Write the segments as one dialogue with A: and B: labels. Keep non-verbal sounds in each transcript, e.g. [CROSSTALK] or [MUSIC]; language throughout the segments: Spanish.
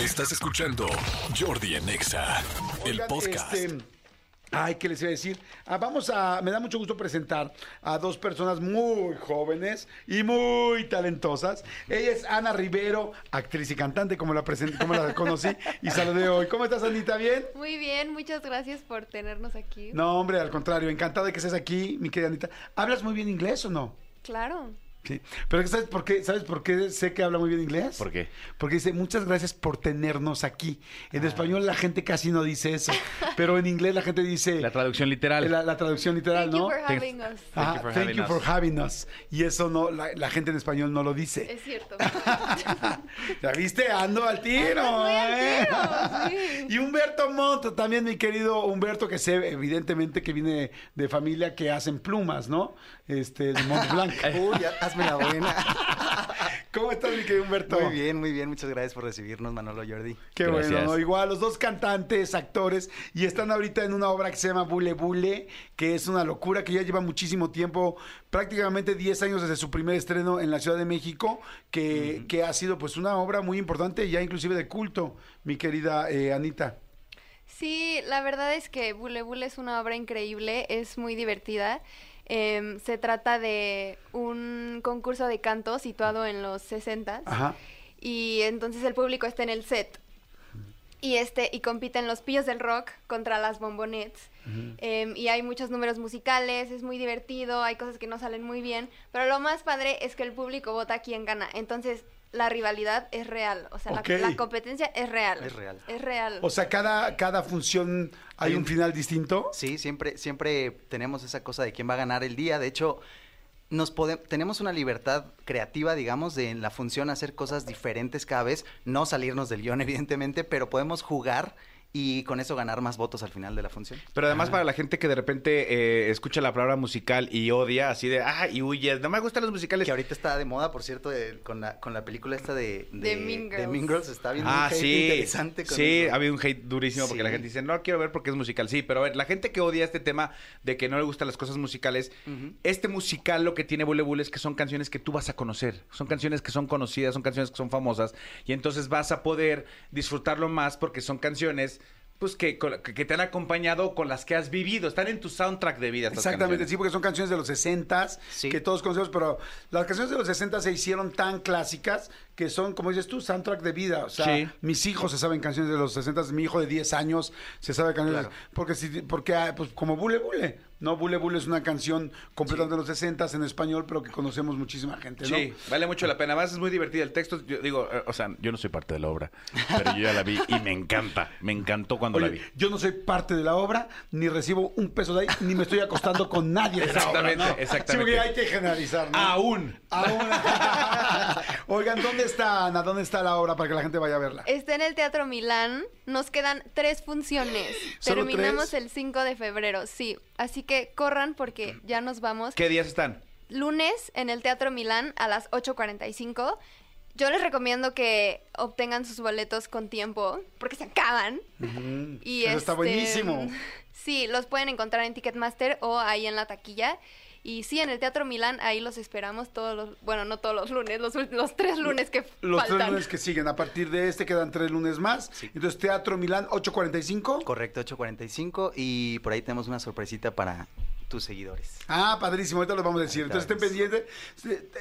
A: Estás escuchando Jordi en Exa, el
B: Oigan,
A: podcast.
B: este, ay, ¿qué les iba a decir? Ah, vamos a. Me da mucho gusto presentar a dos personas muy jóvenes y muy talentosas. Ella es Ana Rivero, actriz y cantante, como la, present- como la conocí y saludé hoy. ¿Cómo estás, Anita? ¿Bien?
C: Muy bien, muchas gracias por tenernos aquí.
B: No, hombre, al contrario, encantada de que estés aquí, mi querida Anita. ¿Hablas muy bien inglés o no?
C: Claro.
B: Sí. Pero ¿sabes por qué? ¿Sabes por qué sé que habla muy bien inglés?
D: ¿Por qué?
B: Porque dice, muchas gracias por tenernos aquí. En
D: Ah.
B: español la gente casi no dice
D: [LAUGHS]
B: eso, pero en inglés la gente dice...
D: La traducción literal.
B: La, la traducción literal,
C: Thank
B: ¿no?
C: you for having us.
B: Ajá,
D: Thank you for
B: thank
D: having
B: you
D: us.
B: for having us. Y eso no, la, la gente en español no lo dice.
C: [LAUGHS] Es
B: [LAUGHS]
C: cierto.
B: ¿Ya viste? Ando al tiro.
C: Ando muy al
B: ¿eh? [LAUGHS]
C: tiro, sí.
B: Y Humberto Monto, también mi querido Humberto, que sé evidentemente que viene de familia que hacen plumas, ¿no? Este, de Montblanc.
E: [LAUGHS] Uy, ya- hazme la buena.
B: ¿Cómo estás, mi querido Humberto?
E: [LAUGHS] Muy bien, muy bien. Muchas gracias por recibirnos, Manolo Jordi.
B: Qué
D: Gracias.
B: bueno, ¿no? igual los dos cantantes, actores, y están ahorita en una obra que se llama Bule Bule, que es una locura, que ya lleva muchísimo tiempo, prácticamente 10 años desde su primer estreno en la Ciudad de México, que, que ha sido pues una obra muy importante, ya inclusive de culto, mi querida eh, Anita.
C: Sí, la verdad es que Bule Bule es una obra increíble, es muy divertida. Em, se trata de un concurso de canto situado en los 60
B: Ajá.
C: y entonces el público está en el set y este y compiten los pillos del rock contra las bombonettes Em, y hay muchos números musicales es muy divertido hay cosas que no salen muy bien pero lo más padre es que el público vota quién gana entonces la rivalidad es real o sea la-
B: Ok.
C: la, competencia es real
E: Es real.
C: es real
B: O sea, cada, cada función hay
E: Hay
B: un
E: un-
B: final distinto.
E: Sí, siempre, siempre tenemos esa cosa de quién va a ganar el día. De hecho, nos pode- tenemos una libertad creativa, digamos, de en la función hacer cosas diferentes cada vez, no salirnos del guión, [LAUGHS] evidentemente, pero podemos jugar y con eso ganar más votos al final de la función.
D: Pero además para la gente que de repente eh, escucha la palabra musical y odia, así de, ah, y huye, no me gustan los musicales.
E: Que ahorita está de moda, por cierto, de- con, la, con la película esta de,
C: De Mean
E: de
C: Girls.
E: Está bien
D: Ah, sí.
E: interesante. con
D: sí,
E: eso.
D: ha habido un hate durísimo porque
E: Sí.
D: la gente dice, no quiero ver porque es musical. Sí, pero a ver, la gente que odia este tema de que no le gustan las cosas musicales,
E: Ujú.
D: este musical lo que tiene Bule Bule es que son canciones que tú vas a conocer. Son canciones que son conocidas, son canciones que son famosas. Y entonces vas a poder disfrutarlo más porque son canciones... Pues que, con- que te han acompañado con las que has vivido, están en tu soundtrack de vida. estas
B: Exactamente,
D: canciones.
B: sí, porque son canciones de los 60
E: Sí.
B: que todos conocemos, pero las canciones de los 60 se hicieron tan clásicas que son, como dices tú, soundtrack de vida. O sea,
D: Sí.
B: mis hijos se saben canciones de los 60 mi hijo de 10 años se sabe canciones.
E: Claro.
B: Porque, si, porque ah, pues, como Bule Bule, ¿no? Bule Bule es una canción completamente de los 60 en español, pero que conocemos muchísima gente, ¿no?
D: Sí, vale mucho la pena. Además, es muy divertida. El texto, yo digo, eh, o sea, yo no soy parte de la obra, pero yo ya la vi y me encanta. Me encantó cuando la
B: Oye,
D: vi.
B: yo no soy parte de la obra, ni recibo un peso de ahí, ni me estoy acostando con nadie. de esa obra, ¿no?
D: Exactamente, exactamente. Ah,
B: Sí, porque hay que generalizar, ¿no?
D: Aún.
B: Aún.
C: [LAUGHS]
B: Oigan, ¿dónde está Ana? ¿Dónde está la obra para que la gente vaya a verla?
C: Está en el Teatro Milán. Nos quedan tres funciones.
B: ¿Solo
C: Terminamos
B: tres? Mm.
C: el 5 de febrero, sí. Así que corran porque ya nos vamos.
D: ¿Qué días están?
C: Lunes en el Teatro Milán a las 8.45. Yo les recomiendo que obtengan sus boletos con tiempo porque se acaban. Eh, Y
B: Eso está
C: este,
B: buenísimo.
C: [LAUGHS] Sí, los pueden encontrar en Ticketmaster o ahí en la taquilla. Y sí, en el Teatro Milán, ahí los esperamos todos los, bueno, no todos los lunes, los, ul- los tres lunes que
B: Los
C: faltan.
B: tres lunes que siguen. A partir de este quedan tres lunes más. Entonces, Teatro Milán, 8.45.
E: Correcto, 8.45 y por ahí tenemos una sorpresita para tus
B: [LAUGHS]
E: seguidores.
B: Ah, padrísimo, ahorita lo vamos a decir. Entonces estén pendientes.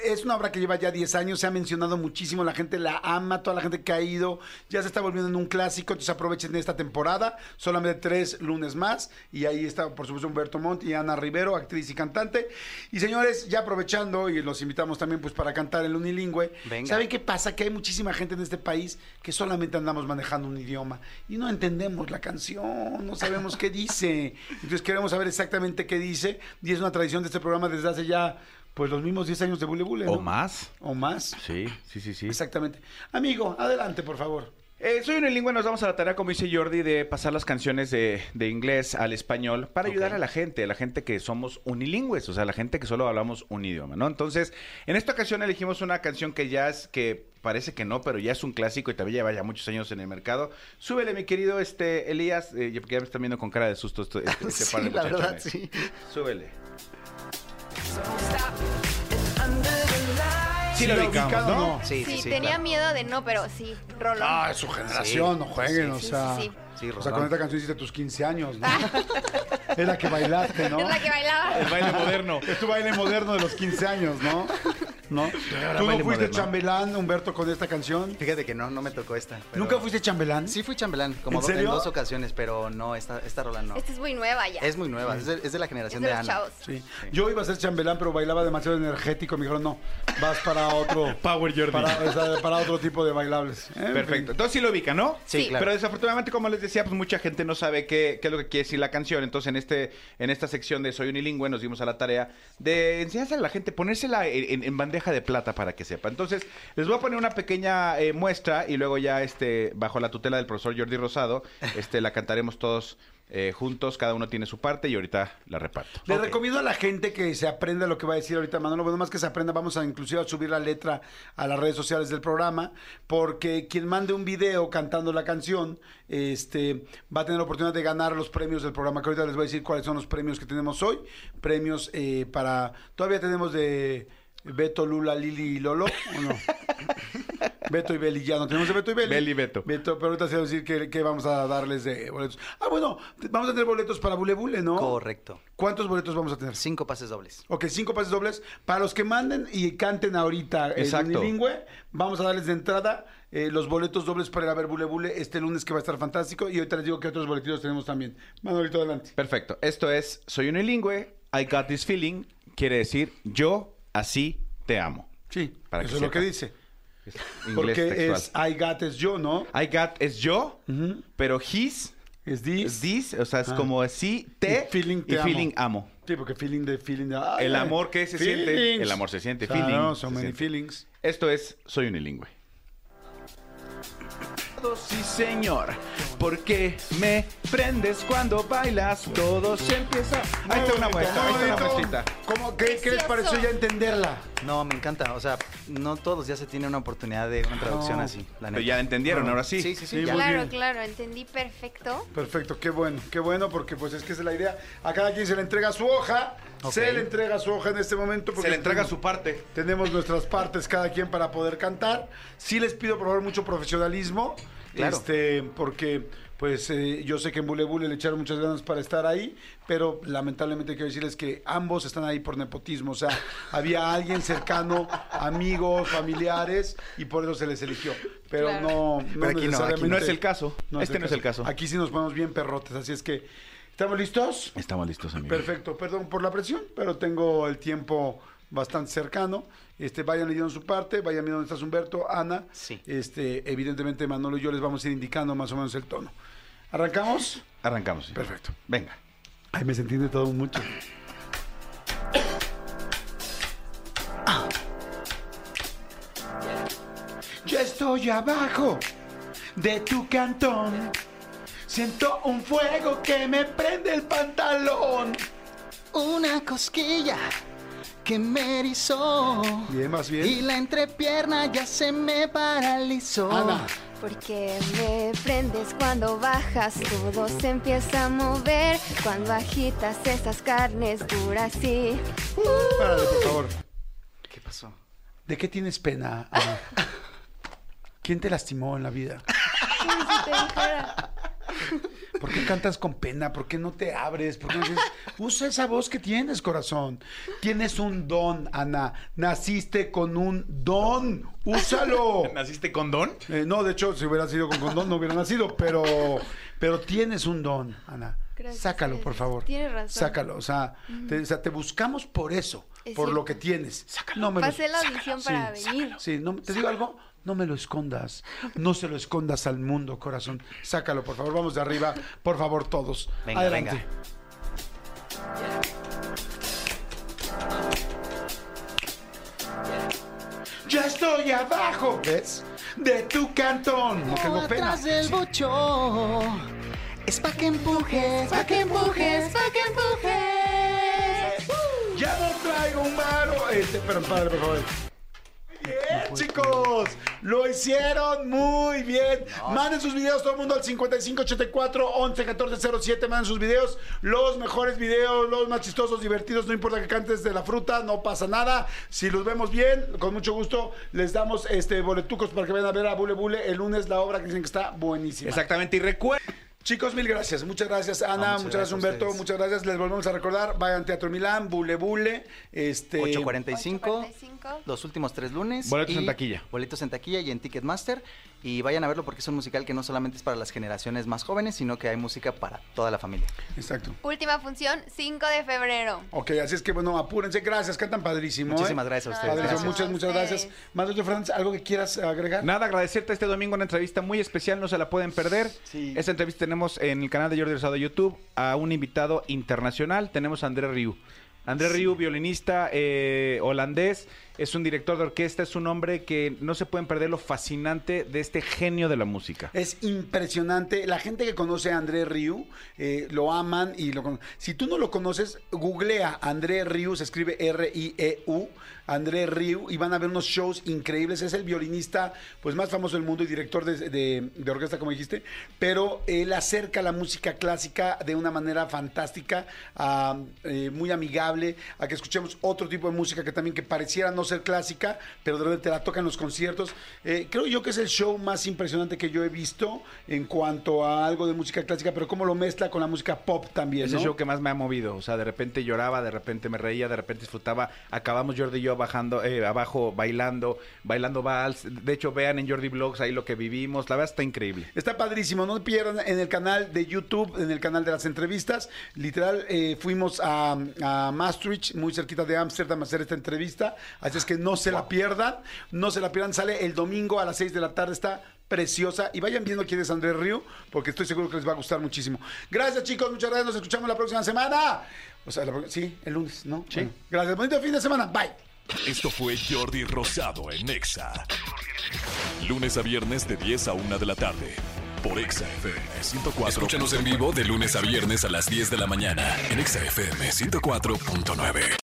B: Es una obra que lleva ya 10 años, se ha mencionado muchísimo, la gente la ama, toda la gente que ha ido, ya se está volviendo en un clásico, entonces aprovechen esta temporada, solamente tres lunes más. Y ahí está, por supuesto, Humberto Montt y Ana Rivero, actriz y cantante. Y señores, ya aprovechando, y los invitamos también pues para cantar el unilingüe.
E: Venga.
B: ¿Saben qué pasa? Que hay muchísima gente en este país que solamente andamos manejando un idioma y no entendemos la canción, no sabemos qué dice. Entonces queremos saber exactamente qué dice y es una tradición de este programa desde hace ya, pues los mismos 10 años de Bule Bule. ¿no?
D: ¿O más?
B: O más.
D: Sí, sí, sí, sí.
B: Exactamente. Amigo, adelante, por favor.
D: Eh, soy unilingüe, nos vamos a la tarea, como dice Jordi, de pasar las canciones de, de inglés al español para ayudar a la gente, a la gente que somos unilingües, o sea, la gente que solo hablamos un idioma, ¿no? Entonces, en esta ocasión elegimos una canción que ya es, que parece que no, pero ya es un clásico y también lleva ya muchos años en el mercado. Súbele, mi querido este Elías, eh, ya porque ya me están viendo con cara de susto este, [LAUGHS] este- este par de muchachones. Súbele.
F: Stop and under the light.
D: Sí lo ubicamos, ¿no?
E: Sí, sí, sí,
C: tenía
E: claro.
C: miedo de no, pero sí, Rolón.
B: Ah, es su generación,
E: Sí,
B: no jueguen,
C: sí,
B: o sea.
C: sí,
E: sí. Sí,
B: o sea,
E: Rolón.
B: con esta canción hiciste tus 15 años,
C: [LAUGHS]
B: ¿no? es la que bailaste, ¿no?
C: [LAUGHS] Es la que bailaba.
D: El baile moderno.
B: Es tu baile moderno de los 15 años, ¿no? ¿No? ¿Tú no fuiste
D: baile moderno.
B: chambelán, Humberto, con esta canción?
E: Fíjate que no, no me tocó esta. pero-
B: ¿Nunca fuiste chambelán?
E: Sí fui chambelán, como
B: ¿En
E: do- en
B: serio?
E: dos ocasiones, pero no, esta, esta rola no.
C: Esta es muy nueva ya.
E: Es muy nueva, es de, es de la
C: Es de
E: generación
C: los
E: de, Ana.
C: chavos.
B: Sí. Yo iba a ser chambelán, pero bailaba demasiado energético. Me dijeron, no, vas para otro.
D: [LAUGHS] Power Jordi.
B: Para, o sea, para otro tipo de bailables. En
D: Perfecto.
B: fin.
D: Entonces sí lo ubica, ¿no?
E: Sí,
C: Sí.
E: claro.
D: Pero desafortunadamente, como les decía, pues mucha gente no sabe qué, qué es lo que quiere decir la canción. Entonces, en este, en esta sección de Soy Unilingüe, nos dimos a la tarea de enseñarse a la gente, ponérsela en, en- en bandeja de plata para que sepa. Entonces, les voy a poner una pequeña eh, muestra y luego ya, este, bajo la tutela del profesor Jordi Rosado, este, la cantaremos todos eh, juntos. Cada uno tiene su parte y ahorita la reparto.
B: Le recomiendo a la gente que se aprenda lo que va a decir ahorita Manolo. Bueno, más que se aprenda, vamos a inclusive a subir la letra a las redes sociales del programa, porque quien mande un video cantando la canción, este, va a tener la oportunidad de ganar los premios del programa. Que ahorita les voy a decir cuáles son los premios que tenemos hoy. Premios eh, para. Todavía tenemos de Beto, Lula, Lili y Lolo, ¿o
D: [LAUGHS]
B: no? Beto y Beli, ya no tenemos de Beto y Beli.
D: Beli, Beto.
B: Beto, pero ahorita se va a decir que, que vamos a darles de boletos. Ah, bueno, vamos a tener boletos para Bule Bule, ¿no?
E: Correcto.
B: ¿Cuántos boletos vamos a tener?
E: Cinco pases dobles.
B: Ok, cinco pases dobles. Para los que manden y canten ahorita en
D: Exacto.
B: unilingüe, vamos a darles de entrada eh, los boletos dobles para ir a ver Bule Bule este lunes que va a estar fantástico. Y ahorita les digo que otros boletitos tenemos también. Manolito, adelante.
D: Perfecto. Esto es Soy Unilingüe, I Got This Feeling, quiere decir yo así te amo.
B: Sí,
D: Para
B: eso
D: que
B: es lo
D: sepa.
B: que dice.
D: Es
B: Porque
D: inglés textual.
B: es I got es yo, ¿no?
D: I got es yo, pero his
B: Es
D: es
B: this.
D: this, o sea, es
B: Ah.
D: como así te
B: Y feeling te
D: y
B: amo.
D: feeling amo.
B: Sí, porque feeling de feeling de. ay,
D: El amor que se siente, el amor se siente,
B: Claro,
D: feeling
B: so
D: se
B: many
D: siente.
B: feelings.
D: Esto es Soy Unilingüe. Sí, señor, porque me prendes cuando bailas, todo se empieza. Ahí está una
B: Muy
D: muestra, ahí está una
B: bonito.
D: muestrita.
B: ¿Cómo, qué, ¿Qué les
C: Precioso.
B: pareció ya entenderla?
E: No, me encanta. O sea, no todos los días se tiene una oportunidad de una traducción
B: No.
E: así. La
D: Pero
E: neta.
D: ya entendieron, ahora sí.
E: Sí, sí, sí.
B: Sí,
E: ya.
B: muy
C: Claro,
B: bien.
C: claro, entendí perfecto.
B: Perfecto, qué bueno, qué bueno, porque pues es que esa es la idea. A cada quien se le entrega su hoja,
E: Ok.
B: se le entrega su hoja en este momento. Porque
D: Se le entrega
B: tenemos-
D: su parte.
B: Tenemos nuestras partes cada quien para poder cantar. Sí les pido por favor mucho profesionalismo,
E: Claro.
B: este, porque pues eh, yo sé que en Bule Bule le echaron muchas ganas para estar ahí, pero lamentablemente quiero decirles que ambos están ahí por nepotismo, o sea, había alguien cercano, amigos, familiares, y por eso se les eligió. Pero
C: Claro.
B: no, no
E: Pero aquí no, aquí
B: necesariamente-
D: No es el caso. este no es el caso.
B: Aquí sí nos ponemos bien perrotes, así es que ¿estamos listos?
D: Estamos listos, amigos.
B: Perfecto, perdón por la presión, pero tengo el tiempo bastante cercano. Este, vayan leyendo su parte, vayan viendo dónde está Humberto, Ana.
E: Sí.
B: Este, evidentemente Manolo y yo les vamos a ir indicando más o menos el tono. ¿Arrancamos?
D: Arrancamos. señor.
B: Perfecto.
D: Venga.
B: Ay, me sentí de todo mucho. Yo estoy abajo de tu cantón. Siento un fuego que me prende el pantalón.
E: Una cosquilla que me erizó.
B: Bien, más bien.
E: Y la entrepierna ya se me paralizó.
B: Ana.
C: Porque me prendes cuando bajas, todo se empieza a mover. Cuando agitas esas carnes duras y
B: Párale, por favor.
E: ¿Qué pasó?
B: ¿De qué tienes pena, Ana? ¿Quién te lastimó en la vida?
C: si te dijera,
B: ¿Por qué cantas con pena? ¿Por qué no te abres? ¿Por qué no dices, usa esa voz que tienes, corazón? Tienes un don, Ana. Naciste con un don. Úsalo.
D: [LAUGHS] ¿Naciste con don?
B: [LAUGHS] Eh, no, de hecho, si hubiera sido con condón no hubiera nacido, pero, pero tienes un don, Ana.
C: Gracias,
B: Sácalo,
C: gracias.
B: por favor.
C: Tienes razón. Mm.
B: Sácalo, o sea, te, o sea, te buscamos por eso,
C: Es
B: por lo
C: cierto.
B: que tienes. No me lo-
C: pasé la audición para
B: Sí,
C: venir.
B: Sí, no, te digo algo, no me lo escondas, no se lo escondas al mundo, corazón. Sácalo, por favor, vamos de arriba, por favor, todos.
E: Venga,
B: Adelante.
E: venga.
B: Ya estoy abajo, ¿ves? De tu cantón. No tengo pena.
F: atrás del bocho. Es pa' que empujes, pa' que empujes, pa' que empujes.
B: Ya no traigo un varo. Este, pero padre, por favor.
D: No
B: chicos. Lo hicieron muy bien. Manden sus videos, todo el mundo al 5584 111407. Manden sus videos. Los mejores videos, los más chistosos, divertidos. No importa que cantes de la fruta, no pasa nada. Si los vemos bien, con mucho gusto les damos este boletucos para que vayan a ver a Bule Bule el lunes la obra que dicen que está buenísima.
D: Exactamente, y recuerda.
B: Chicos, mil gracias. Muchas gracias, Ana.
E: muchas
B: muchas gracias,
E: gracias a
B: Humberto.
E: ustedes.
B: Muchas gracias. Les volvemos a recordar. Vayan a Teatro Milán, Bule Bule. Este,
E: 8.45,
C: 8.45.
E: los últimos tres lunes.
D: Boletos
E: y-
D: en taquilla.
E: Boletos en taquilla y en Ticketmaster. Y vayan a verlo porque es un musical que no solamente es para las generaciones más jóvenes, sino que hay música para toda la familia.
B: Exacto.
C: Última función, 5 de febrero.
B: Ok, así es que bueno, apúrense. Gracias, cantan padrísimo.
E: Muchísimas
B: ¿eh?
E: gracias a
C: No,
E: ustedes.
B: Padrísimo,
E: gracias.
B: muchas, muchas
C: Ustedes.
B: gracias. Manuel Fernández, ¿algo que quieras agregar?
D: Nada, agradecerte este domingo una entrevista muy especial, no se la pueden perder.
E: Sí.
D: Esta entrevista tenemos en el canal de Jordi Rosado de YouTube a un invitado internacional, tenemos a André Riu. André Riu, violinista eh, holandés, es un director de orquesta, es un hombre que no se pueden perder lo fascinante de este genio de la música.
B: Es impresionante. La gente que conoce a André Riu eh, lo aman y lo con- Si tú no lo conoces, googlea André Riu, se escribe R-I-E-U, André Riu, y van a ver unos shows increíbles. Es el violinista pues más famoso del mundo y director de, de- de orquesta, como dijiste, pero él acerca la música clásica de una manera fantástica, ah, eh, muy amigable, a que escuchemos otro tipo de música que también que pareciera no ser clásica, pero de repente te la toca en los conciertos. Eh, creo yo que es el show más impresionante que yo he visto en cuanto a algo de música clásica, pero cómo lo mezcla con la música pop también.
D: Es el
B: ¿no?
D: show que más me ha movido. O sea, de repente lloraba, de repente me reía, de repente disfrutaba. Acabamos Jordi y yo bajando, eh, abajo bailando, bailando vals. De hecho, vean en Jordi Blogs ahí lo que vivimos. La verdad está increíble.
B: Está padrísimo, no pierdan en el canal de YouTube, en el canal de las entrevistas. Literal, eh, fuimos a, a Maastricht, muy cerquita de Ámsterdam, a hacer esta entrevista. Así es que no se la pierdan, no se la pierdan. Sale el domingo a las 6 de la tarde, está preciosa. Y vayan viendo quién es Andrés Río, porque estoy seguro que les va a gustar muchísimo. Gracias, chicos, muchas gracias. Nos escuchamos la próxima semana. O sea, la pro- sí, el lunes, ¿no? Sí. gracias, bonito fin de semana. Bye.
A: Esto fue Jordi Rosado en Exa. Lunes a viernes de 10 a 1 de la tarde. Por Exa FM 104. Escúchanos en vivo de lunes a viernes a las 10 de la mañana en Exa FM 104.9.